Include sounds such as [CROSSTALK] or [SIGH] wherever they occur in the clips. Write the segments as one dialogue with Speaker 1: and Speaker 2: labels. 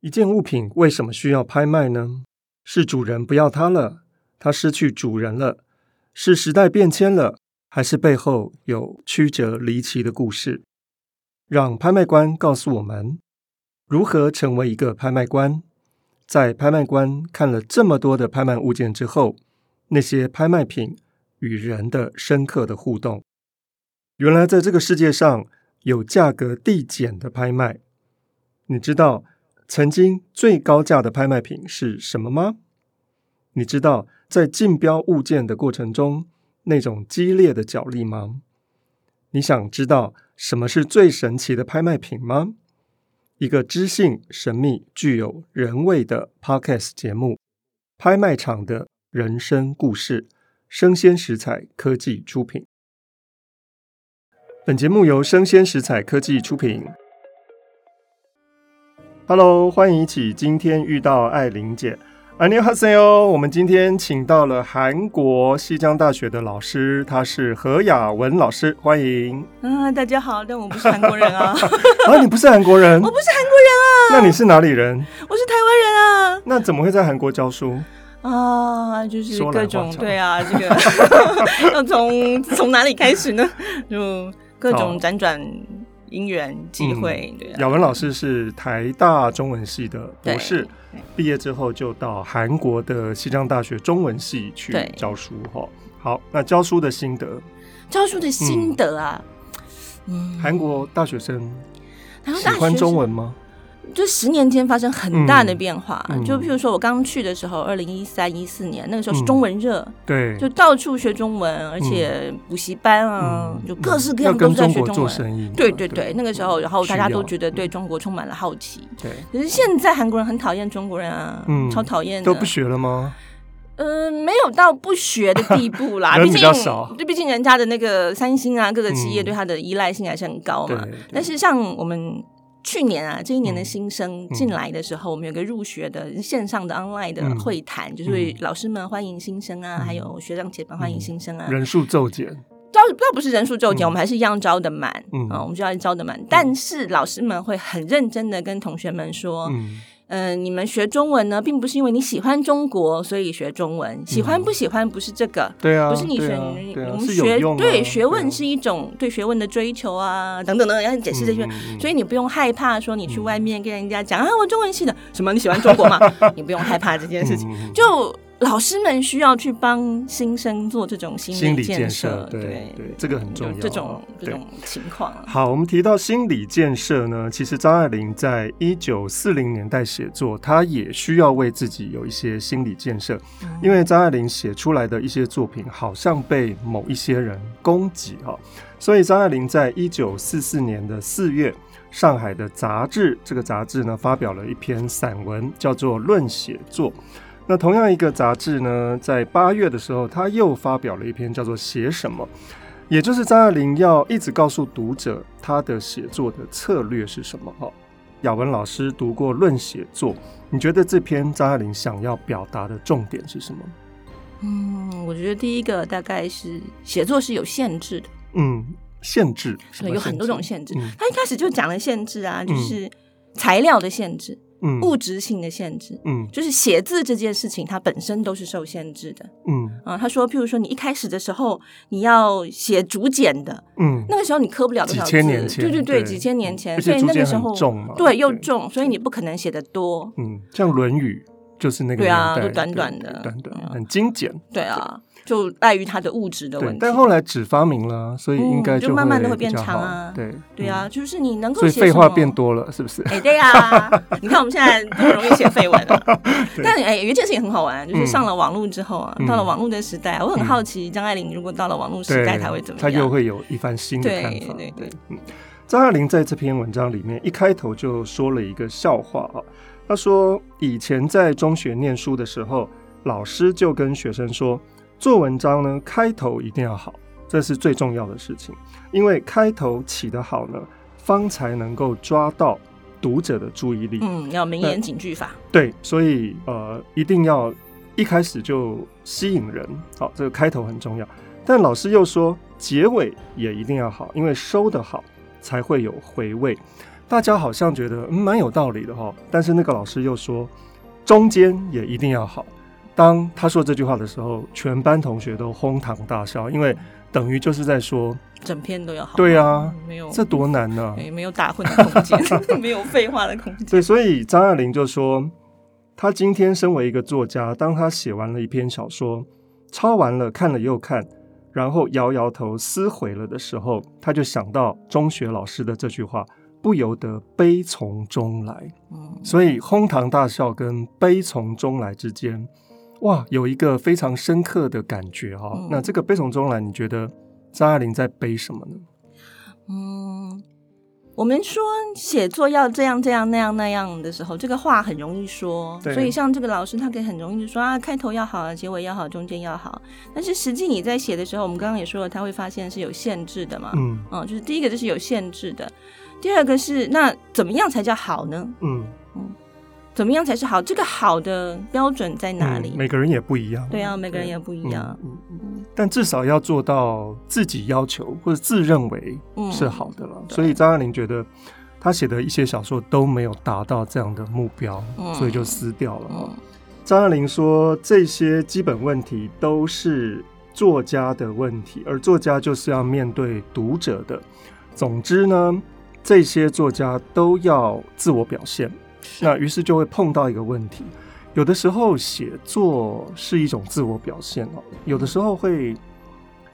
Speaker 1: 一件物品为什么需要拍卖呢？是主人不要它了，它失去主人了，是时代变迁了，还是背后有曲折离奇的故事？让拍卖官告诉我们如何成为一个拍卖官。在拍卖官看了这么多的拍卖物件之后，那些拍卖品与人的深刻的互动，原来在这个世界上有价格递减的拍卖。你知道曾经最高价的拍卖品是什么吗？你知道在竞标物件的过程中那种激烈的角力吗？你想知道什么是最神奇的拍卖品吗？一个知性、神秘、具有人味的 Podcast 节目，拍卖场的人生故事，生鲜食材科技出品。本节目由生鲜食材科技出品。Hello，欢迎一起今天遇到艾琳姐。안녕하세요。我们今天请到了韩国西江大学的老师，他是何雅文老师，欢迎。
Speaker 2: 啊，大家好，但我不是韩国人
Speaker 1: [LAUGHS]
Speaker 2: 啊，我不是
Speaker 1: 啊，你不是韩国人
Speaker 2: 韩，国人啊，
Speaker 1: 那你是哪里人？
Speaker 2: 我是台湾人
Speaker 1: 那怎么会在韩国教书？
Speaker 2: 啊，啊，就是
Speaker 1: 说来
Speaker 2: 各
Speaker 1: 话
Speaker 2: 种
Speaker 1: 长
Speaker 2: 对
Speaker 1: [LAUGHS]
Speaker 2: 啊，这个要从从哪里开始呢？就各
Speaker 1: 好嗯
Speaker 2: 种辗转因缘际会，对啊，
Speaker 1: 雅文老师是台大中文系的
Speaker 2: 对
Speaker 1: 博士，，毕业之后就到韩国的西江大学中文系去
Speaker 2: 对嗯
Speaker 1: 教书哈。好，那教书的心得，
Speaker 2: 教书的心得啊，嗯，
Speaker 1: 韩国大学生
Speaker 2: 然后
Speaker 1: 喜
Speaker 2: 大
Speaker 1: 欢
Speaker 2: 学
Speaker 1: 中
Speaker 2: 是
Speaker 1: 文吗？
Speaker 2: 就十年间发生很大的变化，
Speaker 1: 嗯嗯
Speaker 2: 就譬如说我刚去的时候，二零一三一四年那个时候是
Speaker 1: 嗯
Speaker 2: 中文热，
Speaker 1: 对，
Speaker 2: 就到处学中文，而且补习班啊，
Speaker 1: 嗯
Speaker 2: 就各式各
Speaker 1: 要
Speaker 2: 样都
Speaker 1: 跟
Speaker 2: 是在
Speaker 1: 中
Speaker 2: 学
Speaker 1: 国
Speaker 2: 中
Speaker 1: 做
Speaker 2: 文。
Speaker 1: 生意嘛，
Speaker 2: 对对对，那个时候，然后大家
Speaker 1: 需要
Speaker 2: 都觉得对中国充满了好奇。
Speaker 1: 对
Speaker 2: 可是现在韩国人很讨厌中国人啊，
Speaker 1: 嗯
Speaker 2: 超讨厌的，
Speaker 1: 都不学了吗？
Speaker 2: 呃，没有到不学的地步
Speaker 1: [LAUGHS]
Speaker 2: 啦，
Speaker 1: 人
Speaker 2: 毕
Speaker 1: 比
Speaker 2: 竟
Speaker 1: 较少
Speaker 2: 对，毕竟人家的那个三星啊，各个企业
Speaker 1: 嗯
Speaker 2: 对它的依赖性还是很高
Speaker 1: 对
Speaker 2: 嘛。，
Speaker 1: 对
Speaker 2: 但是像我们去年啊，这一年的新生
Speaker 1: 嗯
Speaker 2: 进来的时候，我们有个入学的线上的 online 的
Speaker 1: 嗯
Speaker 2: 会谈，就是老师们欢迎新生啊，
Speaker 1: 嗯
Speaker 2: 还有学长姐们欢迎新生啊。
Speaker 1: 人数骤减，
Speaker 2: 倒倒不是人数骤减，
Speaker 1: 嗯
Speaker 2: 我们还是一样招的满
Speaker 1: 嗯
Speaker 2: 啊、我们就要招的满。但是老师们会很认真的跟同学们说，
Speaker 1: 嗯，
Speaker 2: 呃，你们学中文呢，并不是因为你喜欢中国所以学中文，喜欢不喜欢不是这个。
Speaker 1: 对嗯啊，
Speaker 2: 不是你
Speaker 1: 对
Speaker 2: 选，
Speaker 1: 啊对
Speaker 2: 我
Speaker 1: 啊
Speaker 2: 们
Speaker 1: 是
Speaker 2: 学
Speaker 1: 有用啊，
Speaker 2: 对学问是
Speaker 1: 对啊
Speaker 2: 一种对学问的追求啊，等等等等，要解释这些。
Speaker 1: 嗯嗯嗯嗯
Speaker 2: 所以你不用害怕说你去外面跟人家讲、啊，我中文系的什么你喜欢中国嘛， [LAUGHS] 你不用害怕这件事情。
Speaker 1: 嗯嗯嗯
Speaker 2: 就老师们需要去帮新生做这种心
Speaker 1: 心理
Speaker 2: 理
Speaker 1: 建设
Speaker 2: 设，
Speaker 1: 对
Speaker 2: 对
Speaker 1: 对这个很重要啊
Speaker 2: 有这种
Speaker 1: 对
Speaker 2: 这种情况啊，
Speaker 1: 好，我们提到心理建设呢，其实张爱玲在一九四零年代写作，她也需要为自己有一些心理建设，因为张爱玲写出来的一些作品好像被某一些人攻击哈、所以张爱玲在一九四四年的四月，上海的杂志这个杂志呢发表了一篇散文，叫做《论写作》。那同样一个杂志呢，在八月的时候，她又发表了一篇叫做《写什么》。也就是张爱玲要一直告诉读者她的写作的策略是什么哦。雅文老师读过《论写作》，你觉得这篇张爱玲想要表达的重点是什么？
Speaker 2: 嗯，我觉得第一个大概是写作是有限制的，
Speaker 1: 嗯，限制，什
Speaker 2: 对，
Speaker 1: 么
Speaker 2: 有很多种限制。
Speaker 1: 嗯
Speaker 2: 他一开始就讲了限制啊，就
Speaker 1: 嗯
Speaker 2: 是材料的限制、
Speaker 1: 嗯
Speaker 2: 物质性的限制，
Speaker 1: 嗯
Speaker 2: 就是写字这件事情它本身都是受限制的。
Speaker 1: 嗯
Speaker 2: 啊，他说，譬如说你一开始的时候你要写竹简的，
Speaker 1: 嗯，
Speaker 2: 那个时候你刻不了多
Speaker 1: 几
Speaker 2: 少字，
Speaker 1: 千年前，
Speaker 2: 对对对，几千年前，
Speaker 1: 而
Speaker 2: 所
Speaker 1: 且
Speaker 2: 以
Speaker 1: 竹
Speaker 2: 那个
Speaker 1: 简
Speaker 2: 时
Speaker 1: 很
Speaker 2: 候
Speaker 1: 重嘛，
Speaker 2: 对又，重，所以你不可能写的多，
Speaker 1: 嗯，像《论语》就是那个
Speaker 2: 对啊
Speaker 1: 年代
Speaker 2: 都短
Speaker 1: 对
Speaker 2: 短
Speaker 1: 对
Speaker 2: 的
Speaker 1: 短短
Speaker 2: 对啊
Speaker 1: 很精简，
Speaker 2: 对啊，就赖于它的物质的问
Speaker 1: 对
Speaker 2: 题。。
Speaker 1: 但后来纸发明了，所以应
Speaker 2: 嗯
Speaker 1: 该
Speaker 2: 就慢慢地会
Speaker 1: 比
Speaker 2: 变
Speaker 1: 较
Speaker 2: 长
Speaker 1: 好
Speaker 2: 啊
Speaker 1: 对
Speaker 2: 对啊，，就是你能
Speaker 1: 嗯
Speaker 2: 够
Speaker 1: 所以
Speaker 2: 写
Speaker 1: 废
Speaker 2: 什
Speaker 1: 话
Speaker 2: 么
Speaker 1: 变多了，是不是？
Speaker 2: [LAUGHS] 哎，对呀、你看我们现在多么容易写废
Speaker 1: [LAUGHS]
Speaker 2: 文了。
Speaker 1: 对
Speaker 2: 但哎，有一件事情很好玩，就是上了网络之后啊，
Speaker 1: 嗯
Speaker 2: 到了网络的时代啊，我很好奇张爱玲如果到了网络时代，她会怎么
Speaker 1: 他
Speaker 2: 样？
Speaker 1: 又会有一番新的
Speaker 2: 对
Speaker 1: 看法。
Speaker 2: 对对
Speaker 1: 嗯，张爱玲在这篇文章里面一开头就说了一个笑话啊，她说以前在中学念书的时候，老师就跟学生说，做文章呢开头一定要好，这是最重要的事情，因为开头起得好呢，方才能够抓到读者的注意力。
Speaker 2: 嗯，要名言警句法。
Speaker 1: 对，所以呃，一定要一开始就吸引人，好、这个开头很重要。但老师又说，结尾也一定要好，因为收得好才会有回味。大家好像觉得嗯蛮有道理的哈、但是那个老师又说，中间也一定要好。当他说这句话的时候，全班同学都哄堂大笑，因为等于就是在说，
Speaker 2: 整篇都要好。
Speaker 1: 对啊，
Speaker 2: 没有
Speaker 1: 这多难啊呢、
Speaker 2: 没没有打混的
Speaker 1: [LAUGHS]
Speaker 2: 空间，没有废话的空间。
Speaker 1: 对，所以张爱玲就说，她今天身为一个作家，当她写完了一篇小说，抄完了看了又看，然后摇摇头撕毁了的时候，她就想到中学老师的这句话，不由得悲从中来。
Speaker 2: 嗯，
Speaker 1: 所以哄堂大笑跟悲从中来之间，哇，有一个非常深刻的感觉哈、
Speaker 2: 嗯
Speaker 1: 那这个悲从中来，你觉得张爱玲在悲什么呢？
Speaker 2: 嗯，我们说写作要这样这样那样那样的时候，这个话很容易说，
Speaker 1: 对
Speaker 2: 所以像这个老师他可以很容易就说啊，开头要好啊，结尾要好，中间要好。但是实际你在写的时候，我们刚刚也说了，他会发现是有限制的嘛。
Speaker 1: 嗯
Speaker 2: 嗯，就是第一个就是有限制的，第二个是那怎么样才叫好呢？
Speaker 1: 嗯，
Speaker 2: 怎么样才是好？这个好的标准在哪里？
Speaker 1: 嗯每个人也不一样。
Speaker 2: 对啊，每个人也不一样。
Speaker 1: 嗯嗯嗯但至少要做到自己要求或者自认为
Speaker 2: 嗯，
Speaker 1: 是好的了。
Speaker 2: 对
Speaker 1: 所以张爱玲觉得她写的一些小说都没有达到这样的目标，
Speaker 2: 嗯
Speaker 1: 所以就撕掉了哦。
Speaker 2: 嗯
Speaker 1: 张爱玲说，这些基本问题都是作家的问题，而作家就是要面对读者的。总之呢，这些作家都要自我表现，那于是就会碰到一个问题，有的时候写作是一种自我表现哦，有的时候会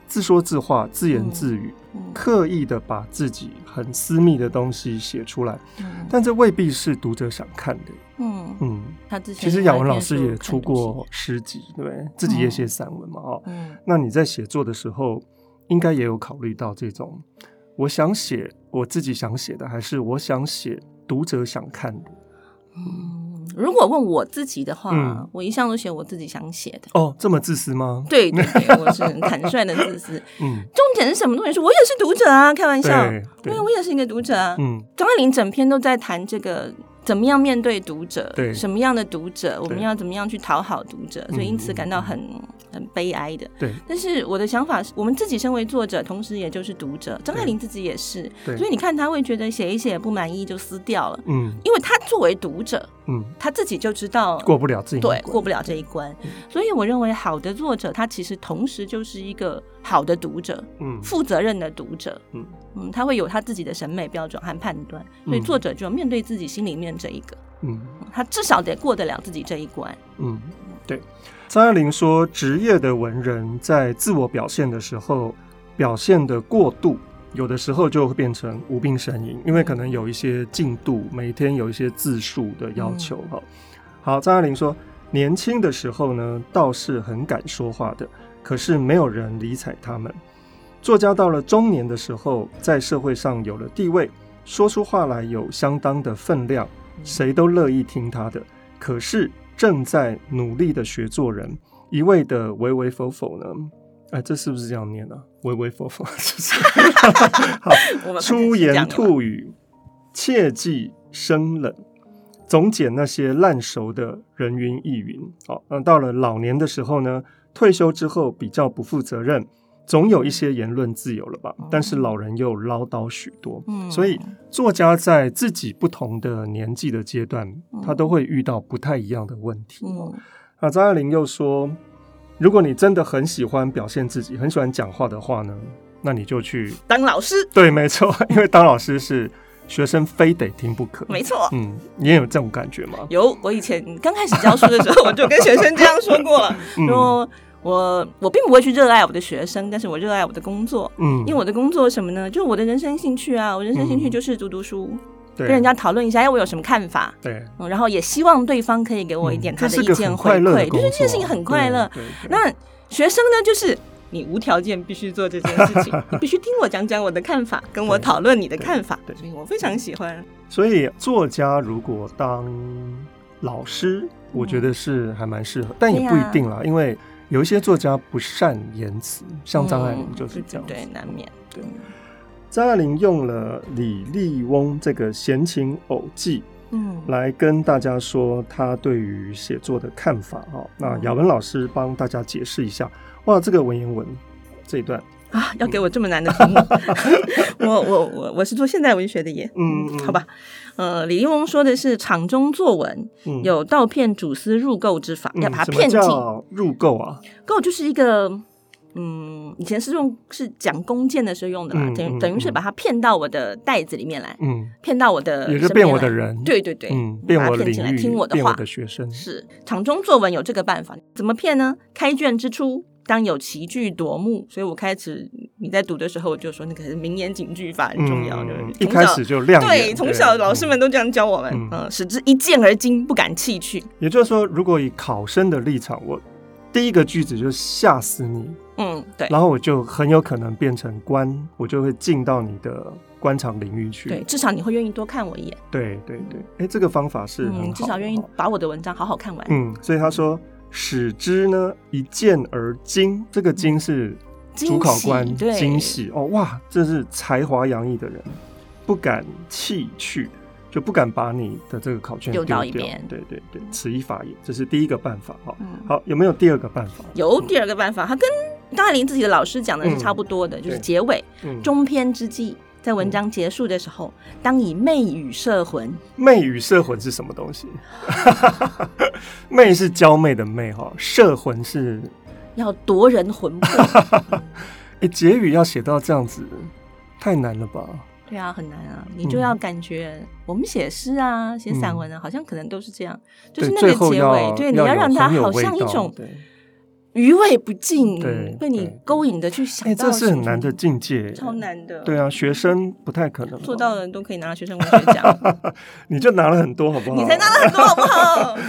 Speaker 1: 自说自话、自言自语，
Speaker 2: 嗯
Speaker 1: 刻意的把自己很私密的东西写出来，
Speaker 2: 嗯
Speaker 1: 但这未必是读者想看的。
Speaker 2: 嗯，
Speaker 1: 嗯，
Speaker 2: 他之前
Speaker 1: 其实
Speaker 2: 有
Speaker 1: 雅文
Speaker 2: 一
Speaker 1: 老
Speaker 2: 篇
Speaker 1: 师
Speaker 2: 书
Speaker 1: 也
Speaker 2: 看
Speaker 1: 出
Speaker 2: 东西
Speaker 1: 过诗集，对不对？自己也写散文嘛，哦，
Speaker 2: 嗯
Speaker 1: 那你在写作的时候，应该也有考虑到这种，我想写我自己想写的，还是我想写读者想看的？
Speaker 2: 嗯，如果问我自己的话，
Speaker 1: 嗯
Speaker 2: 我一向都写我自己想写的。
Speaker 1: 哦，这么自私吗？
Speaker 2: 对
Speaker 1: [LAUGHS]
Speaker 2: 对对，我是很坦率的自私。
Speaker 1: 嗯，
Speaker 2: 重点是什么东西？是我也是读者啊，开玩笑，
Speaker 1: 对
Speaker 2: 因
Speaker 1: 对
Speaker 2: 为，我也是一个读者啊。
Speaker 1: 嗯
Speaker 2: 张爱玲整篇都在谈这个怎么样面对读者，
Speaker 1: 对
Speaker 2: 什么样的读者，我们要怎么样去讨好读者，所以因
Speaker 1: 嗯
Speaker 2: 此感到很、很悲哀的。
Speaker 1: 对
Speaker 2: 但是我的想法是，我们自己身为作者，同时也就是读者，张爱玲自己也是，
Speaker 1: 对，
Speaker 2: 所以你看她会觉得写一写不满意就撕掉了，
Speaker 1: 嗯
Speaker 2: 因为她作为读者，
Speaker 1: 嗯，
Speaker 2: 她自己就知道
Speaker 1: 过不了自己
Speaker 2: 对，过不了这一关。嗯所以我认为，好的作者他其实同时就是一个好的读者，
Speaker 1: 嗯
Speaker 2: 负责任的读者。
Speaker 1: 嗯
Speaker 2: 嗯，他会有他自己的审美标准和判断，所以
Speaker 1: 嗯
Speaker 2: 作者就要面对自己心里面这一个，
Speaker 1: 嗯
Speaker 2: 嗯他至少得过得了自己这一关。
Speaker 1: 嗯，对。张爱玲说，职业的文人在自我表现的时候，表现的过度，有的时候就会变成无病呻吟，因为可能有一些进度，每天有一些字数的要求哈、好，张爱玲说，年轻的时候呢，倒是很敢说话的，可是没有人理睬他们。作家到了中年的时候，在社会上有了地位，说出话来有相当的分量，
Speaker 2: 嗯
Speaker 1: 谁都乐意听他的。可是正在努力的学做人，一味的唯唯否否呢？哎，这是不是这样念啊？唯唯否否， [LAUGHS]
Speaker 2: [LAUGHS]
Speaker 1: 就是
Speaker 2: 我们
Speaker 1: 出言
Speaker 2: 吐，
Speaker 1: 吐语，切忌生冷，总捡那些烂熟的人云亦云。好、那到了老年的时候呢，退休之后比较不负责任，总有一些言论自由了吧？
Speaker 2: 哦
Speaker 1: 但是老人又唠叨许多，
Speaker 2: 嗯
Speaker 1: 所以作家在自己不同的年纪的阶段，他都会遇到不太一样的问题。
Speaker 2: 嗯
Speaker 1: 那张爱玲又说，如果你真的很喜欢表现自己，很喜欢讲话的话呢，那你就去
Speaker 2: 当老师
Speaker 1: 对，没错， [LAUGHS] 因为当老师是学生非得听不可。
Speaker 2: 没错。
Speaker 1: 嗯，你也有这种感觉吗？
Speaker 2: 有，我以前刚开始教书的时候，我就跟学生这样说过了，说我我并不会去热爱我的学生，但是我热爱我的工作。
Speaker 1: 嗯，
Speaker 2: 因为我的工作是什么呢？就是我的人生兴趣啊，我人生兴趣就是读读书，
Speaker 1: 对
Speaker 2: 跟人家讨论一下，哎，我有什么看法，
Speaker 1: 对，
Speaker 2: 嗯，然后也希望对方可以给我一点
Speaker 1: 嗯
Speaker 2: 他
Speaker 1: 这是
Speaker 2: 的
Speaker 1: 个
Speaker 2: 意见
Speaker 1: 很
Speaker 2: 回
Speaker 1: 快乐的
Speaker 2: 馈，就
Speaker 1: 工
Speaker 2: 是
Speaker 1: 作
Speaker 2: 这件事情很快乐。
Speaker 1: 对对对
Speaker 2: 那学生呢，就是你无条件必须做这件事情，你必须听我讲讲我的看法，跟我
Speaker 1: 对
Speaker 2: 讨论你的
Speaker 1: 对
Speaker 2: 看法，
Speaker 1: 对
Speaker 2: 所以我非常喜欢。
Speaker 1: 所以作家如果当老
Speaker 2: 嗯
Speaker 1: 师，我觉得是还蛮适合，但也不一定啦，因为有一些作家不善言辞，像张爱玲
Speaker 2: 嗯
Speaker 1: 就是这样子。
Speaker 2: 对，难免。
Speaker 1: 对张爱玲用了李笠翁这个闲情偶记
Speaker 2: 嗯，
Speaker 1: 来跟大家说他对于写作的看法哦。那
Speaker 2: 嗯
Speaker 1: 雅文老师帮大家解释一下，哇，这个文言文这一段
Speaker 2: 啊，要
Speaker 1: 嗯
Speaker 2: 给我这么难的
Speaker 1: [LAUGHS]
Speaker 2: 题目，我我我我是做现代文学的耶，
Speaker 1: 嗯嗯
Speaker 2: 好吧，呃，李立翁说的是场中作文
Speaker 1: 嗯
Speaker 2: 有盗骗主司入垢之法，
Speaker 1: 嗯
Speaker 2: 要把它
Speaker 1: 什么
Speaker 2: 骗进，
Speaker 1: 叫入垢啊，
Speaker 2: 垢就是一个。嗯，以前是用是讲弓箭的时候用的嘛，
Speaker 1: 嗯
Speaker 2: 等
Speaker 1: 嗯
Speaker 2: 于等于是
Speaker 1: 嗯
Speaker 2: 把它骗到我的袋子里面来，
Speaker 1: 嗯，
Speaker 2: 骗到我的
Speaker 1: 也是
Speaker 2: 呃
Speaker 1: 变
Speaker 2: 身边
Speaker 1: 我的
Speaker 2: 来，
Speaker 1: 人，，
Speaker 2: 对对对，
Speaker 1: 嗯，
Speaker 2: 把
Speaker 1: 变
Speaker 2: 它
Speaker 1: 我的
Speaker 2: 骗进
Speaker 1: 领
Speaker 2: 来，
Speaker 1: 域，
Speaker 2: 听我的
Speaker 1: 变
Speaker 2: 话
Speaker 1: 我，的学生，
Speaker 2: 是场中作文有这个办法，怎么骗呢？开卷之初，当有奇句夺目，所以我开始你在读的时候，我就说那个名言警句法很重要，
Speaker 1: 嗯
Speaker 2: 就
Speaker 1: 一
Speaker 2: 是从
Speaker 1: 开
Speaker 2: 小
Speaker 1: 始就亮眼，
Speaker 2: 对，从小老师
Speaker 1: 嗯
Speaker 2: 们都这样教我们，
Speaker 1: 嗯
Speaker 2: 嗯、使之一见而惊，不敢弃去。
Speaker 1: 也就是说，如果以考生的立场，我第一个句子就吓死你，
Speaker 2: 嗯，对，
Speaker 1: 然后我就很有可能变成官，我就会进到你的官场领域去。
Speaker 2: 对，至少你会愿意多看我一眼，
Speaker 1: 对对对，哎，这个方法是很好的
Speaker 2: 嗯，
Speaker 1: 哦
Speaker 2: 至少愿意把我的文章好好看完，
Speaker 1: 嗯，所以他说使之呢一见而惊，这个惊是
Speaker 2: 惊
Speaker 1: 主考官
Speaker 2: 嗯喜对，
Speaker 1: 惊喜哦，哇，这是才华洋溢的人，不敢弃去，就不敢把你的这个考卷
Speaker 2: 丢
Speaker 1: 掉
Speaker 2: 到一边
Speaker 1: 对对对，此一法也，这是第一个办法哈、哦。
Speaker 2: 嗯。
Speaker 1: 好，有没有第二个办法？
Speaker 2: 有第二个办法，它跟大林自己的老师讲的是差不多的，就是
Speaker 1: 嗯对
Speaker 2: 结尾
Speaker 1: 嗯，
Speaker 2: 中篇之际，在文章结束的时候，当以媚语摄魂，
Speaker 1: 媚与摄魂是什么东西？ [LAUGHS] 媚是娇媚的媚哈，摄魂是
Speaker 2: 要夺人
Speaker 1: [LAUGHS]
Speaker 2: 魂魄。
Speaker 1: 哎、结语要写到这样子，太难了吧？
Speaker 2: 对啊，很难啊，你就要感觉、我们写诗啊、写散文啊，好像可能都是这样，就是
Speaker 1: 嗯对
Speaker 2: 那
Speaker 1: 最
Speaker 2: 个
Speaker 1: 后
Speaker 2: 结尾
Speaker 1: 要，
Speaker 2: 对，你要让它
Speaker 1: 它
Speaker 2: 好像一种
Speaker 1: 对，
Speaker 2: 余味不尽
Speaker 1: 对，
Speaker 2: 被你
Speaker 1: 对
Speaker 2: 勾引的去
Speaker 1: 哎、
Speaker 2: 想到
Speaker 1: 这
Speaker 2: 什
Speaker 1: 是
Speaker 2: 么，
Speaker 1: 很难的境界，
Speaker 2: 超。难的。
Speaker 1: 对啊，学生不太可能
Speaker 2: 做到的人都可以拿学生文学奖，
Speaker 1: 了， [LAUGHS] 你就拿了很多好不好？
Speaker 2: 你才拿了很多，好不好？ [LAUGHS]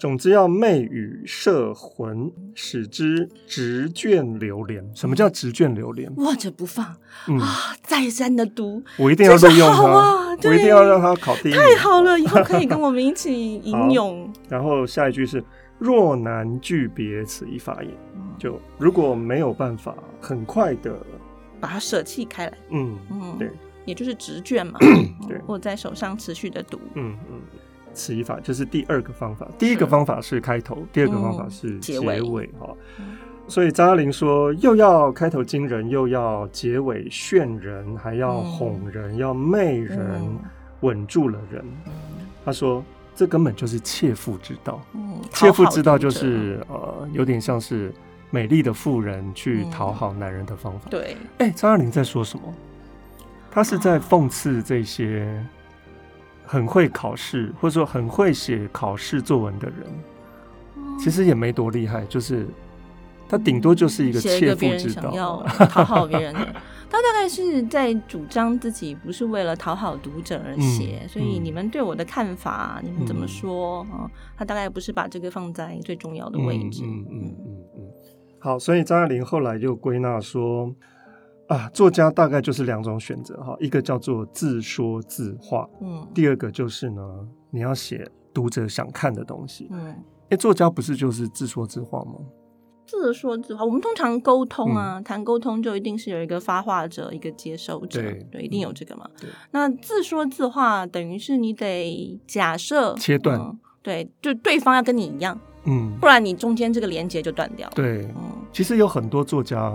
Speaker 1: 总之要媚与摄魂，使之直卷流连。什么叫直卷流连？
Speaker 2: 握着不放
Speaker 1: 嗯，
Speaker 2: 啊，再三的读，
Speaker 1: 我一定要录用
Speaker 2: 这是好
Speaker 1: 它，
Speaker 2: 啊
Speaker 1: 我
Speaker 2: 对
Speaker 1: 一定要让它考第一名。
Speaker 2: 太好了，以后可以跟我们一起吟咏。
Speaker 1: 然后下一句是“若难拒别此一法也”，就如果没有办法很快的，
Speaker 2: 把它舍弃开来，
Speaker 1: 嗯
Speaker 2: 嗯，
Speaker 1: 对，
Speaker 2: 也就是直卷嘛，
Speaker 1: [COUGHS]
Speaker 2: 嗯
Speaker 1: 对
Speaker 2: 握在手上持续的读，
Speaker 1: 嗯嗯，此一法这是第二个方法。第一个方法是开头，第二个方法是
Speaker 2: 嗯
Speaker 1: 结
Speaker 2: 结尾
Speaker 1: 尾哈。
Speaker 2: 嗯
Speaker 1: 所以张爱玲说，又要开头惊人，又要结尾炫人，还要
Speaker 2: 嗯
Speaker 1: 哄人，要媚人，
Speaker 2: 嗯
Speaker 1: 稳住了人。她说，这根本就是切腹之道。
Speaker 2: 嗯，
Speaker 1: 切腹
Speaker 2: 讨好
Speaker 1: 之道就
Speaker 2: 读者
Speaker 1: 是呃，有点像是美丽的妇人去
Speaker 2: 嗯
Speaker 1: 讨好男人的方法。，
Speaker 2: 对，
Speaker 1: 哎、张爱玲在说什么？她是
Speaker 2: 哦
Speaker 1: 在讽刺这些很会考试，或者说很会写考试作文的人，
Speaker 2: 哦
Speaker 1: 其实也没多厉害，就是他顶多就是一个
Speaker 2: 嗯写一
Speaker 1: 切
Speaker 2: 个别
Speaker 1: 腹
Speaker 2: 人
Speaker 1: 之
Speaker 2: 想要 [LAUGHS]
Speaker 1: 道。啊
Speaker 2: 讨好别人的，
Speaker 1: [LAUGHS]
Speaker 2: 他大概是在主张自己不是为了讨好读者而写，
Speaker 1: 嗯
Speaker 2: 所以
Speaker 1: 嗯
Speaker 2: 你们对我的看法，你们怎么
Speaker 1: 嗯
Speaker 2: 说啊、他大概不是把这个放在最重要的位置，
Speaker 1: 嗯嗯嗯嗯。好，所以张爱玲后来就归纳说，啊，作家大概就是两种选择哈，一个叫做自说自话，
Speaker 2: 嗯
Speaker 1: 第二个就是呢，你要写读者想看的东西。
Speaker 2: 嗯，
Speaker 1: 哎、作家不是就是自说自话吗？
Speaker 2: 自说自话，我们通常沟通啊，
Speaker 1: 嗯
Speaker 2: 谈沟通就一定是有一个发话者，一个接收者，
Speaker 1: 对嗯
Speaker 2: 一定有这个嘛
Speaker 1: 对。
Speaker 2: 那自说自话等于是你得假设
Speaker 1: 切断
Speaker 2: 嗯对，就对方要跟你一样，
Speaker 1: 嗯，
Speaker 2: 不然你中间这个连接就断掉了。，
Speaker 1: 对，
Speaker 2: 嗯，
Speaker 1: 其实有很多作家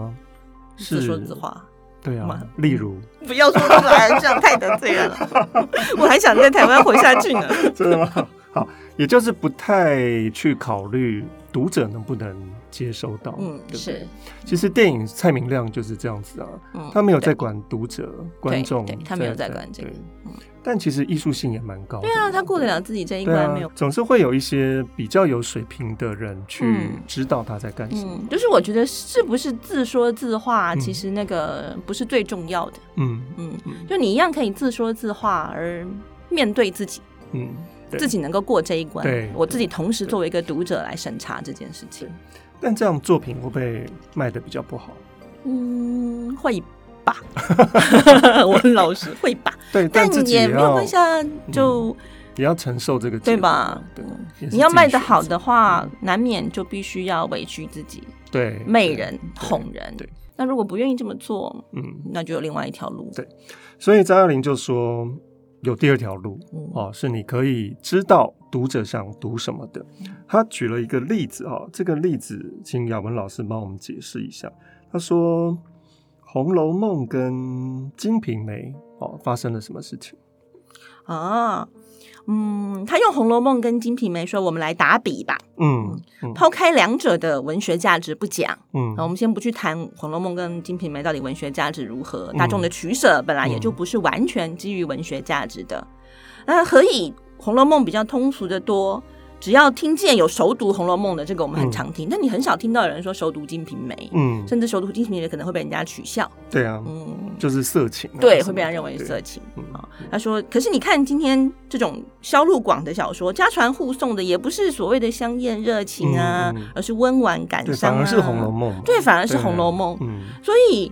Speaker 1: 是
Speaker 2: 自说自，话。
Speaker 1: 对啊
Speaker 2: 嘛，嗯
Speaker 1: 例如，
Speaker 2: 不要说出来，这样太得罪人了。 [LAUGHS] 我还想在台湾活下
Speaker 1: [LAUGHS]
Speaker 2: 去呢。
Speaker 1: 真的吗？好，也就是不太去考虑读者能不能接收到，
Speaker 2: 嗯
Speaker 1: 对，不对
Speaker 2: 是，，
Speaker 1: 其实电影蔡明亮就是这样子啊，
Speaker 2: 嗯，
Speaker 1: 他没有在管读者、观众，
Speaker 2: 对他没有在管这个
Speaker 1: 对
Speaker 2: 嗯
Speaker 1: 但其实艺术性也蛮高的嘛。
Speaker 2: 对啊，他顾得了自己这一
Speaker 1: 对
Speaker 2: 关
Speaker 1: 啊
Speaker 2: 没有，？
Speaker 1: 总是会有一些比较有水平的人去
Speaker 2: 嗯
Speaker 1: 知道他在干什么。
Speaker 2: 嗯，就是我觉得是不是自说自话，
Speaker 1: 嗯
Speaker 2: 其实那个不是最重要的。
Speaker 1: 嗯
Speaker 2: 嗯
Speaker 1: 嗯，
Speaker 2: 就你一样可以自说自话，而面对自己，
Speaker 1: 嗯，对
Speaker 2: 自己能够过这一关。
Speaker 1: 对
Speaker 2: 我自己同时作为一个读者来审查这件事情。
Speaker 1: 但这样作品会不会卖的比较不好？
Speaker 2: 嗯，会
Speaker 1: [LAUGHS]
Speaker 2: 吧，我很老实，会吧，
Speaker 1: 对，
Speaker 2: 但
Speaker 1: 自己
Speaker 2: 也
Speaker 1: 也嗯
Speaker 2: 没有
Speaker 1: 要
Speaker 2: 关系啊，就。
Speaker 1: 也要承受这个结
Speaker 2: 对
Speaker 1: 果
Speaker 2: 吧？
Speaker 1: 对
Speaker 2: 嗯，
Speaker 1: 也是
Speaker 2: 你要
Speaker 1: 自己
Speaker 2: 卖得
Speaker 1: 选
Speaker 2: 好
Speaker 1: 择
Speaker 2: 的话，难免就必须要委屈自己、
Speaker 1: 对
Speaker 2: 媚
Speaker 1: 对
Speaker 2: 人、哄人
Speaker 1: 对。
Speaker 2: 那如果不愿意这么做，
Speaker 1: 嗯，
Speaker 2: 那就有另外一条路。
Speaker 1: 对所以张爱玲就说有第二条路
Speaker 2: 嗯
Speaker 1: 哦，是你可以知道读者想读什么的。她举了一个例子哈、哦，这个例子请雅文老师帮我们解释一下。她说，红楼梦》跟《金瓶梅》哦发生了什么事情？
Speaker 2: 啊，嗯，他用《红楼梦》跟《金瓶梅》说，我们来打比吧。
Speaker 1: 嗯嗯
Speaker 2: 抛开两者的文学价值不讲，
Speaker 1: 嗯
Speaker 2: 啊，我们先不去谈《红楼梦》跟《金瓶梅》到底文学价值如何，大众的取舍本来也
Speaker 1: 嗯
Speaker 2: 就不是完全基于文学价值的。那何以《红楼梦》比较通俗的多？只要听见有熟读《红楼梦》的，这个我们很常听，但你很少听到有人说熟读《金瓶梅》，
Speaker 1: 嗯，
Speaker 2: 甚至熟读《金瓶梅》可能会被人家取笑。
Speaker 1: 对啊，
Speaker 2: 嗯，
Speaker 1: 就是色情啊什么的，
Speaker 2: 对，会被人认为
Speaker 1: 对
Speaker 2: 色。情
Speaker 1: 嗯
Speaker 2: 啊、他说：“可是你看今天这种销路广的小说，家传户送的也不是所谓的香艳热情啊，
Speaker 1: 嗯嗯
Speaker 2: 而是温婉感
Speaker 1: 对，
Speaker 2: 伤、啊，
Speaker 1: 反而是《红楼梦》嘛，
Speaker 2: 对，反而是《
Speaker 1: 对
Speaker 2: 红楼梦》
Speaker 1: 嗯
Speaker 2: 所以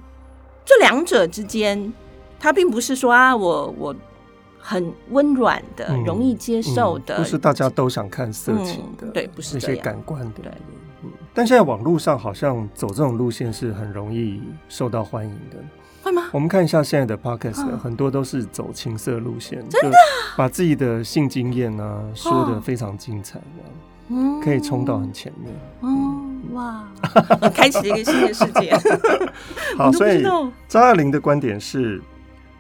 Speaker 2: 这两者之间，它并不是说啊，我我很温软的、
Speaker 1: 嗯
Speaker 2: 呃容易接受的，
Speaker 1: 嗯不是大家都想看色情的，
Speaker 2: 嗯对不是
Speaker 1: 那
Speaker 2: 这
Speaker 1: 些
Speaker 2: 样
Speaker 1: 感官的，
Speaker 2: 对
Speaker 1: 嗯。但现在网络上好像走这种路线是很容易受到欢迎的。
Speaker 2: 会吗？
Speaker 1: 我们看一下现在的 podcast，、
Speaker 2: 嗯
Speaker 1: 很多都是走情色路线，真的
Speaker 2: 啊
Speaker 1: 把自己的性经验啊说的非常精彩、啊，
Speaker 2: 嗯
Speaker 1: 可以冲到很前面。
Speaker 2: 嗯哇，我开启了一个新的世
Speaker 1: [LAUGHS]
Speaker 2: 界。
Speaker 1: 好，
Speaker 2: [LAUGHS] 我都不
Speaker 1: 所以
Speaker 2: 知道
Speaker 1: 张爱玲的观点是，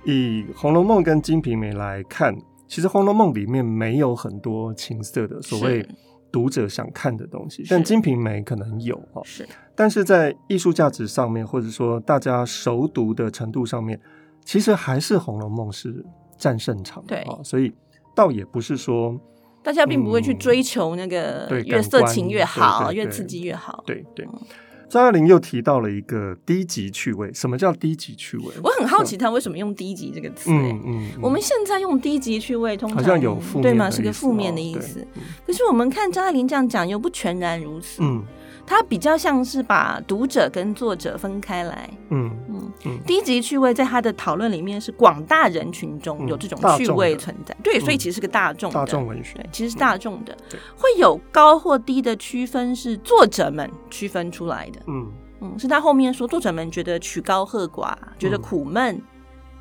Speaker 1: 以《红楼梦》跟《金瓶梅》来看，其实《红楼梦》里面没有很多情色的所谓
Speaker 2: 是
Speaker 1: 读者想看的东西，但《
Speaker 2: 是
Speaker 1: 金瓶梅》可能有哦。
Speaker 2: 是
Speaker 1: 但是在艺术价值上面，或者说大家熟读的程度上面，其实还是《红楼梦》是占胜场的
Speaker 2: 对
Speaker 1: 哦，所以倒也不是说
Speaker 2: 大家并不会去
Speaker 1: 嗯
Speaker 2: 追求那个
Speaker 1: 对
Speaker 2: 越
Speaker 1: 感
Speaker 2: 色情
Speaker 1: 官
Speaker 2: 越好，
Speaker 1: 对对
Speaker 2: 越
Speaker 1: 对
Speaker 2: 刺激越好。
Speaker 1: 对对
Speaker 2: 嗯。
Speaker 1: 张爱玲又提到了一个低级趣味，什么叫低级趣味？
Speaker 2: 我很好奇他为什么用低级这个词、欸
Speaker 1: 嗯，嗯，嗯
Speaker 2: 我们现在用低级趣味，通常
Speaker 1: 好像有负面的意
Speaker 2: 对
Speaker 1: 思
Speaker 2: 吗？
Speaker 1: 哦
Speaker 2: 是个负面的意思
Speaker 1: 对。嗯
Speaker 2: 可是我们看张爱玲这样讲，又不全然如此。
Speaker 1: 嗯
Speaker 2: 它比较像是把读者跟作者分开来。
Speaker 1: 嗯
Speaker 2: 嗯
Speaker 1: 嗯
Speaker 2: 低级趣味在他的讨论里面是广大人群中
Speaker 1: 嗯
Speaker 2: 有这种
Speaker 1: 大众
Speaker 2: 趣
Speaker 1: 的
Speaker 2: 味存在，对，所
Speaker 1: 嗯
Speaker 2: 以其实是个大众的
Speaker 1: 大众文学
Speaker 2: 对，其实是大众的
Speaker 1: 对
Speaker 2: 会有高或低的区分，是作者们区分出来的。
Speaker 1: 嗯
Speaker 2: 嗯，是他后面说作者们觉得曲高和寡，觉得苦闷，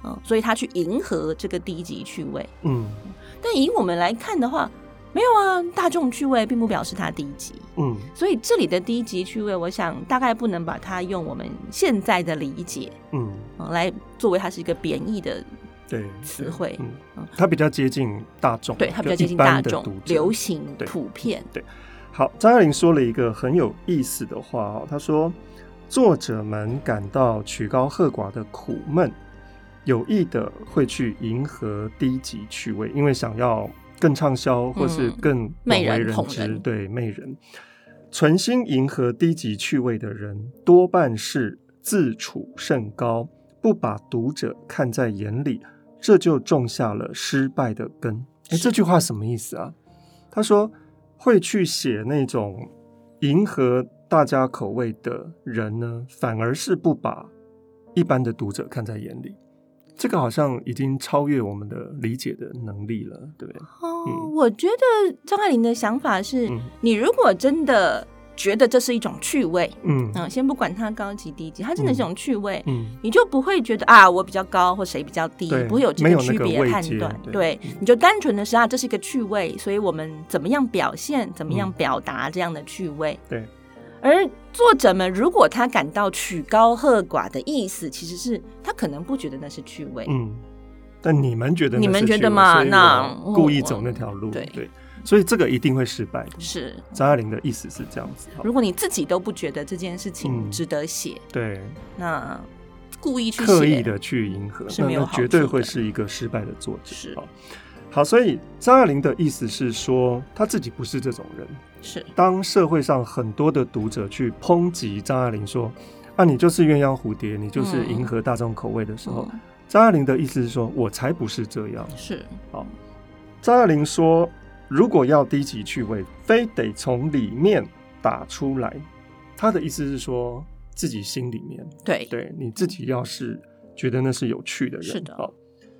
Speaker 2: 嗯，所以他去迎合这个低级趣味。
Speaker 1: 嗯
Speaker 2: 但以我们来看的话，没有啊，大众趣味并不表示它低级。
Speaker 1: 嗯
Speaker 2: 所以这里的低级趣味，我想大概不能把它用我们现在的理解、
Speaker 1: 嗯，
Speaker 2: 嗯、来作为它是一个贬义的，
Speaker 1: 对，
Speaker 2: 词汇
Speaker 1: 嗯
Speaker 2: 嗯，
Speaker 1: 它比较接近大众，
Speaker 2: 对它比
Speaker 1: 就
Speaker 2: 较接
Speaker 1: 一
Speaker 2: 近
Speaker 1: 般
Speaker 2: 大
Speaker 1: 的
Speaker 2: 众
Speaker 1: 读、者
Speaker 2: 流行、
Speaker 1: 对
Speaker 2: 普遍。
Speaker 1: 好，张爱玲说了一个很有意思的话哦，她说：“作者们感到曲高和寡的苦闷，有意的会去迎合低级趣味，因为想要更畅销或是更广
Speaker 2: 嗯媚
Speaker 1: 为
Speaker 2: 人
Speaker 1: 人
Speaker 2: 捧
Speaker 1: 知，
Speaker 2: 人
Speaker 1: 对媚人。存心迎合低级趣味的人，多半是自处甚高，不把读者看在眼里，这就种下了失败的根。哎，
Speaker 2: 是
Speaker 1: 这句话什么意思啊？他说会去写那种迎合大家口味的人呢，反而是不把一般的读者看在眼里。这个好像已经超越我们的理解的能力了，对不对？
Speaker 2: 哦，
Speaker 1: 嗯
Speaker 2: 我觉得张爱玲的想法是，
Speaker 1: 嗯
Speaker 2: 你如果真的觉得这是一种趣味，
Speaker 1: 嗯
Speaker 2: 嗯，先不管它高级低级，它真的是一种趣味，
Speaker 1: 嗯
Speaker 2: 你就不会觉得啊，我比较高或谁比较低
Speaker 1: 对，
Speaker 2: 不会有这
Speaker 1: 没有那
Speaker 2: 区
Speaker 1: 个
Speaker 2: 别
Speaker 1: 位
Speaker 2: 判
Speaker 1: 阶
Speaker 2: 断。
Speaker 1: 对嗯
Speaker 2: 你就单纯的是啊，这是一个趣味，所以我们怎么样表现，怎么样
Speaker 1: 嗯
Speaker 2: 表达这样的趣味。
Speaker 1: 对，
Speaker 2: 而作者们如果他感到曲高和寡的意思，其实是他可能不觉得那是趣味。
Speaker 1: 嗯。但你们觉得那
Speaker 2: 你们
Speaker 1: 是
Speaker 2: 觉
Speaker 1: 趣
Speaker 2: 得
Speaker 1: 味
Speaker 2: 嘛
Speaker 1: 所以
Speaker 2: 那
Speaker 1: 我故意
Speaker 2: 我
Speaker 1: 走那条路，
Speaker 2: 对
Speaker 1: 对，所以这个一定会失败的。
Speaker 2: 是，
Speaker 1: 张爱玲的意思是这样子，好
Speaker 2: 如果你自己都不觉得这件事情
Speaker 1: 嗯
Speaker 2: 值得写，
Speaker 1: 对，
Speaker 2: 那故意去
Speaker 1: 刻意
Speaker 2: 写，
Speaker 1: 的去迎合，
Speaker 2: 是
Speaker 1: 那
Speaker 2: 没有
Speaker 1: 那
Speaker 2: 好
Speaker 1: 绝对
Speaker 2: 处的
Speaker 1: 会是一个失败的作者。
Speaker 2: 是
Speaker 1: 好，好，所以张爱玲的意思是说，她自己不是这种人。
Speaker 2: 是
Speaker 1: 当社会上很多的读者去抨击张爱玲说：“啊，你就是鸳鸯蝴蝶，你就是迎合大众口味”的时候，
Speaker 2: 嗯
Speaker 1: 张爱玲的意思是说：“我才不是这样。
Speaker 2: 是，”
Speaker 1: 张爱玲说：“如果要低级趣味，非得从里面打出来。”她的意思是说自己心里面。
Speaker 2: 对，
Speaker 1: 对你自己要是觉得那是有趣的人，
Speaker 2: 是的
Speaker 1: 好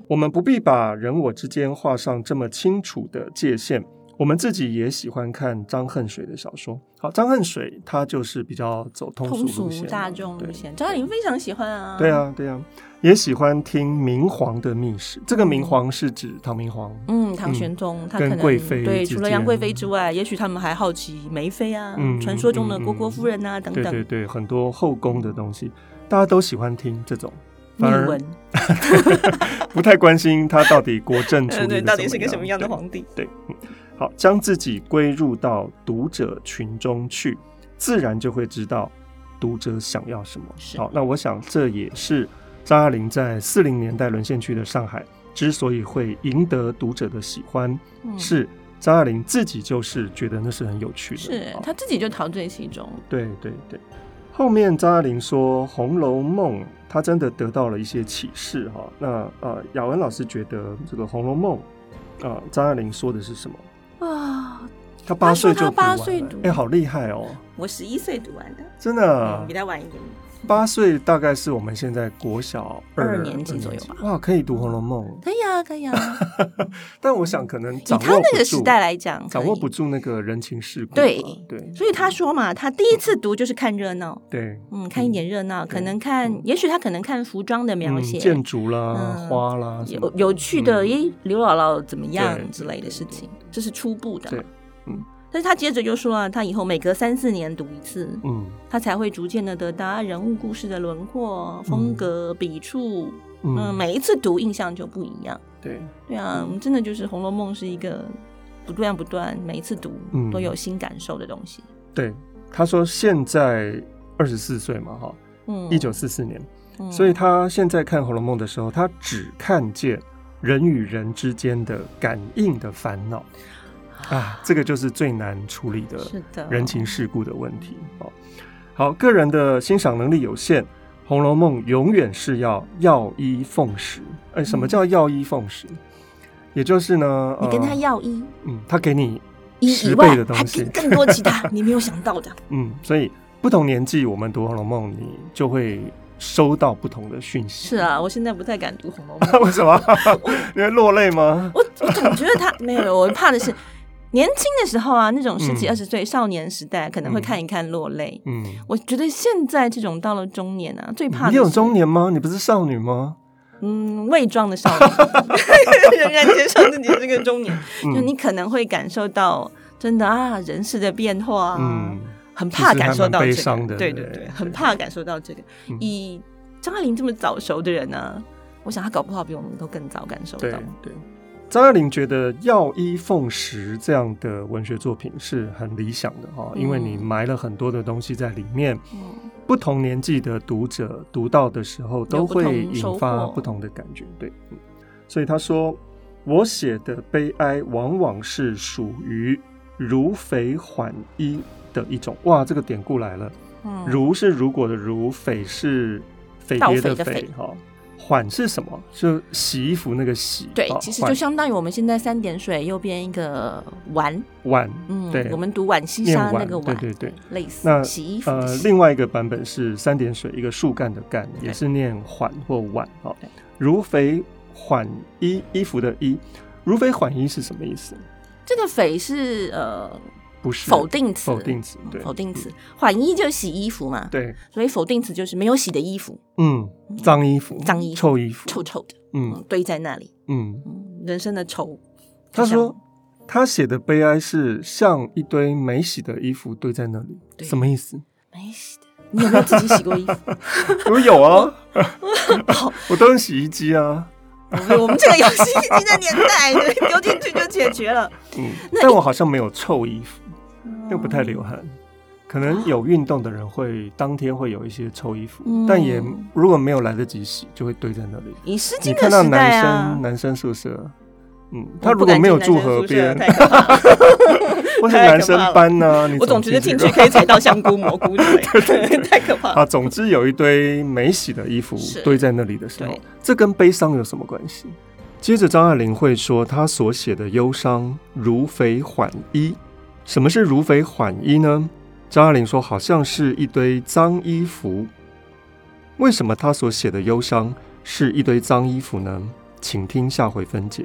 Speaker 1: 我们不必把人我之间画上这么清楚的界限。我们自己也喜欢看张恨水的小说。好，张恨水他就是比较走通
Speaker 2: 通
Speaker 1: 俗
Speaker 2: 俗
Speaker 1: 路线嘛，
Speaker 2: 大众
Speaker 1: 对
Speaker 2: 路线，张爱玲非常喜欢啊。
Speaker 1: 对，啊，对啊，也喜欢听明皇的秘史。这个明皇是指唐明皇，
Speaker 2: 嗯，唐玄宗、他
Speaker 1: 跟
Speaker 2: 可能
Speaker 1: 贵妃
Speaker 2: 对，
Speaker 1: 之
Speaker 2: 除了杨贵妃
Speaker 1: 间
Speaker 2: 之外，也许他们还好奇梅妃啊，
Speaker 1: 嗯
Speaker 2: 传说中的蝈
Speaker 1: 嗯
Speaker 2: 蝈夫人啊、等
Speaker 1: 对
Speaker 2: 等。
Speaker 1: 对对，很多后宫的东西。大家都喜欢听这种，
Speaker 2: 逆
Speaker 1: 反而
Speaker 2: 文，
Speaker 1: 不太关心他到底国
Speaker 2: [LAUGHS]
Speaker 1: 政嗯处理
Speaker 2: 对，
Speaker 1: 得
Speaker 2: 到底是
Speaker 1: 怎
Speaker 2: 个什么样的
Speaker 1: 对
Speaker 2: 皇帝？
Speaker 1: 对，嗯好，将自己归入到读者群中去，自然就会知道读者想要什么。
Speaker 2: 是
Speaker 1: 好，那我想这也是张爱玲在四零年代沦陷区的上海之所以会赢得读者的喜欢，
Speaker 2: 嗯
Speaker 1: 是张爱玲自己就是觉得那是很有趣的。
Speaker 2: 是
Speaker 1: 好，
Speaker 2: 他自己就陶醉其中，
Speaker 1: 对对对。后面张爱玲说《红楼梦》，她真的得到了一些启示哈。那呃，雅文老师觉得这个《红楼梦》，啊、张爱玲说的是什么？
Speaker 2: 啊，
Speaker 1: 她八岁就
Speaker 2: 她说她
Speaker 1: 读完
Speaker 2: 八
Speaker 1: 了
Speaker 2: 岁读
Speaker 1: 哎、好厉害哦！
Speaker 2: 我十一岁读完的，
Speaker 1: 真的啊
Speaker 2: 嗯，比，他晚一点。
Speaker 1: 八岁大概是我们现在国小
Speaker 2: 二年级左右吧
Speaker 1: 哇，可以读《红楼梦》，
Speaker 2: 可以啊，可以
Speaker 1: [LAUGHS]
Speaker 2: 啊。
Speaker 1: 但我想可能
Speaker 2: 以
Speaker 1: 掌握
Speaker 2: 他那
Speaker 1: 不
Speaker 2: 个时
Speaker 1: 住，
Speaker 2: 代来讲，
Speaker 1: 掌
Speaker 2: 可
Speaker 1: 握
Speaker 2: 以
Speaker 1: 不。住那个人情世故吧。
Speaker 2: 对
Speaker 1: 对
Speaker 2: 所以他说嘛，他第一次读就是看热闹，
Speaker 1: 对，
Speaker 2: 嗯，看一点热闹，可
Speaker 1: 对
Speaker 2: 能看，也许他可能看服装的描
Speaker 1: 嗯
Speaker 2: 写，
Speaker 1: 建筑啦、
Speaker 2: 嗯
Speaker 1: 花啦，什么
Speaker 2: 有有趣的，
Speaker 1: 嗯
Speaker 2: 诶、刘姥姥怎么
Speaker 1: 对
Speaker 2: 样之类
Speaker 1: 对
Speaker 2: 的事情，这是初步的。
Speaker 1: 对嗯，
Speaker 2: 但是他接着就说啊，他以后每隔三四年读一次，
Speaker 1: 嗯
Speaker 2: 他才会逐渐的得到人物故事的轮廓、风格、笔触，
Speaker 1: 嗯嗯
Speaker 2: 嗯、每一次读印象就不一样。
Speaker 1: 对。
Speaker 2: 对啊，真的就是《红楼梦》是一个不断不断，每一次读
Speaker 1: 嗯
Speaker 2: 都有新感受的东西。
Speaker 1: 对，他说现在二十四岁嘛，哈，
Speaker 2: 嗯，
Speaker 1: 一九四四年，
Speaker 2: 嗯，
Speaker 1: 所以他现在看《红楼梦》的时候，他只看见人与人之间的感应的烦恼啊，这个就是最难处理的
Speaker 2: 是的，
Speaker 1: 人情世故的问题哦。好，个人的欣赏能力有限，《红楼梦》永远是要药医奉食。哎，什么
Speaker 2: 嗯
Speaker 1: 叫药医奉食？也就是呢，
Speaker 2: 你跟他
Speaker 1: 呃，
Speaker 2: 要一。
Speaker 1: 嗯，他给你
Speaker 2: 一
Speaker 1: 十
Speaker 2: 以
Speaker 1: 倍
Speaker 2: 外
Speaker 1: 的东
Speaker 2: 还
Speaker 1: 西
Speaker 2: 更更多其他 [LAUGHS] 你没有想到的，
Speaker 1: 嗯，所以不同年纪，我们读《红楼梦》，你就会收到不同的讯息。
Speaker 2: 是，啊，我现在不太敢读《红楼梦》，
Speaker 1: [LAUGHS] 为什么？你会落泪吗？
Speaker 2: 我我总觉得他没有，我怕的是年轻的时候啊，那种十几
Speaker 1: 嗯
Speaker 2: 二十岁少年时代可能会
Speaker 1: 嗯
Speaker 2: 看一看落泪。
Speaker 1: 嗯，
Speaker 2: 我觉得现在这种到了中年啊，最怕的
Speaker 1: 你有
Speaker 2: 是
Speaker 1: 中年吗？你不是少女吗？
Speaker 2: 嗯伪装的少年， [LAUGHS] 仍然接受自己是个中年，就
Speaker 1: 嗯
Speaker 2: 你可能会感受到真的啊人事的变化啊，
Speaker 1: 嗯，
Speaker 2: 很怕
Speaker 1: 其实还
Speaker 2: 感受到
Speaker 1: 蛮悲
Speaker 2: 这
Speaker 1: 伤
Speaker 2: 个，
Speaker 1: 的
Speaker 2: 对
Speaker 1: 对
Speaker 2: 对
Speaker 1: 对
Speaker 2: 对，很怕感受到这个。
Speaker 1: 嗯
Speaker 2: 以张爱玲这么早熟的人呢、啊我想她搞不好比我们都更早感受
Speaker 1: 对
Speaker 2: 到。
Speaker 1: 对。张爱玲觉得药医奉食这样的文学作品是很理想的哈、哦，因为你
Speaker 2: 嗯
Speaker 1: 埋了很多的东西在里面，
Speaker 2: 嗯，
Speaker 1: 不同年纪的读者读到的时候，都会引发
Speaker 2: 有不同收获
Speaker 1: 不同的感觉。对，嗯所以他说，我写的悲哀往往是属于如匪缓一的一种。哇，这个典故来了，
Speaker 2: 嗯
Speaker 1: 如是如果的如，匪是匪谍
Speaker 2: 盗匪的
Speaker 1: 匪
Speaker 2: 匪
Speaker 1: 哈。缓是什么？就洗衣服那个洗。
Speaker 2: 对
Speaker 1: 哦，
Speaker 2: 其实
Speaker 1: 缓
Speaker 2: 就相当于我们现在三点水右边一个碗，
Speaker 1: 碗，
Speaker 2: 嗯
Speaker 1: 对，，
Speaker 2: 我们读浣溪
Speaker 1: 念
Speaker 2: 沙那
Speaker 1: 碗
Speaker 2: 个碗，
Speaker 1: 对对对，
Speaker 2: 类似
Speaker 1: 那
Speaker 2: 洗衣服的
Speaker 1: 呃，
Speaker 2: 洗
Speaker 1: 另外一个版本是三点水一个树干的干，
Speaker 2: 对
Speaker 1: 也是念缓或晚哦
Speaker 2: 对。
Speaker 1: 如肥缓衣，衣服的衣，如肥缓衣是什么意思？
Speaker 2: 这个匪是呃
Speaker 1: 不是
Speaker 2: 否定词，嗯
Speaker 1: 否定词，对嗯
Speaker 2: 否定词，缓衣就洗衣服嘛，
Speaker 1: 对，
Speaker 2: 所以否定词就是没有洗的衣服，
Speaker 1: 嗯，脏衣服，
Speaker 2: 脏衣服
Speaker 1: 臭衣服，
Speaker 2: 臭臭的，嗯
Speaker 1: 嗯，
Speaker 2: 堆在那里，
Speaker 1: 嗯。
Speaker 2: 嗯，人生的愁。
Speaker 1: 他
Speaker 2: 就像
Speaker 1: 说他写的悲哀是像一堆没洗的衣服堆在那里，
Speaker 2: 对
Speaker 1: 什么意思？
Speaker 2: 没洗的。你有没有自己洗过衣服？
Speaker 1: [LAUGHS]
Speaker 2: [LAUGHS]
Speaker 1: 我有啊， [LAUGHS] 我都用洗衣机啊，
Speaker 2: 我们我们这个有洗衣机的年代，丢进去就解决了，
Speaker 1: 嗯，但我好像没有臭衣服。又不太流
Speaker 2: 嗯。
Speaker 1: 汗。可能有运动的人会当天会有一些臭衣服，
Speaker 2: 嗯
Speaker 1: 但也如果没有来得及洗，就会堆在那里。
Speaker 2: 以湿巾
Speaker 1: 你
Speaker 2: 的
Speaker 1: 看到
Speaker 2: 时
Speaker 1: 男
Speaker 2: 代
Speaker 1: 生、
Speaker 2: 啊，
Speaker 1: 男生宿舍，嗯，
Speaker 2: 我
Speaker 1: 他如
Speaker 2: 不
Speaker 1: 果
Speaker 2: 敢
Speaker 1: 没有
Speaker 2: 进
Speaker 1: 住
Speaker 2: 男生
Speaker 1: 河
Speaker 2: 宿舍
Speaker 1: 边，
Speaker 2: 太可怕了
Speaker 1: 或是
Speaker 2: 太可
Speaker 1: 男生
Speaker 2: 怕了
Speaker 1: 班呢、你
Speaker 2: 我总
Speaker 1: 么
Speaker 2: 觉得进
Speaker 1: 这
Speaker 2: 去
Speaker 1: 个
Speaker 2: 可以踩到香菇、蘑菇之类的， [LAUGHS] 太可怕了。
Speaker 1: 啊，总之有一堆没洗的衣服
Speaker 2: 是
Speaker 1: 堆在那里的时候
Speaker 2: 对，
Speaker 1: 这跟悲伤有什么关系？接着张爱玲会说，她所写的忧伤如肥缓衣。什么是如肥缓衣呢？张爱玲说，好像是一堆脏衣服。为什么她所写的忧伤是一堆脏衣服呢？请听下回分解。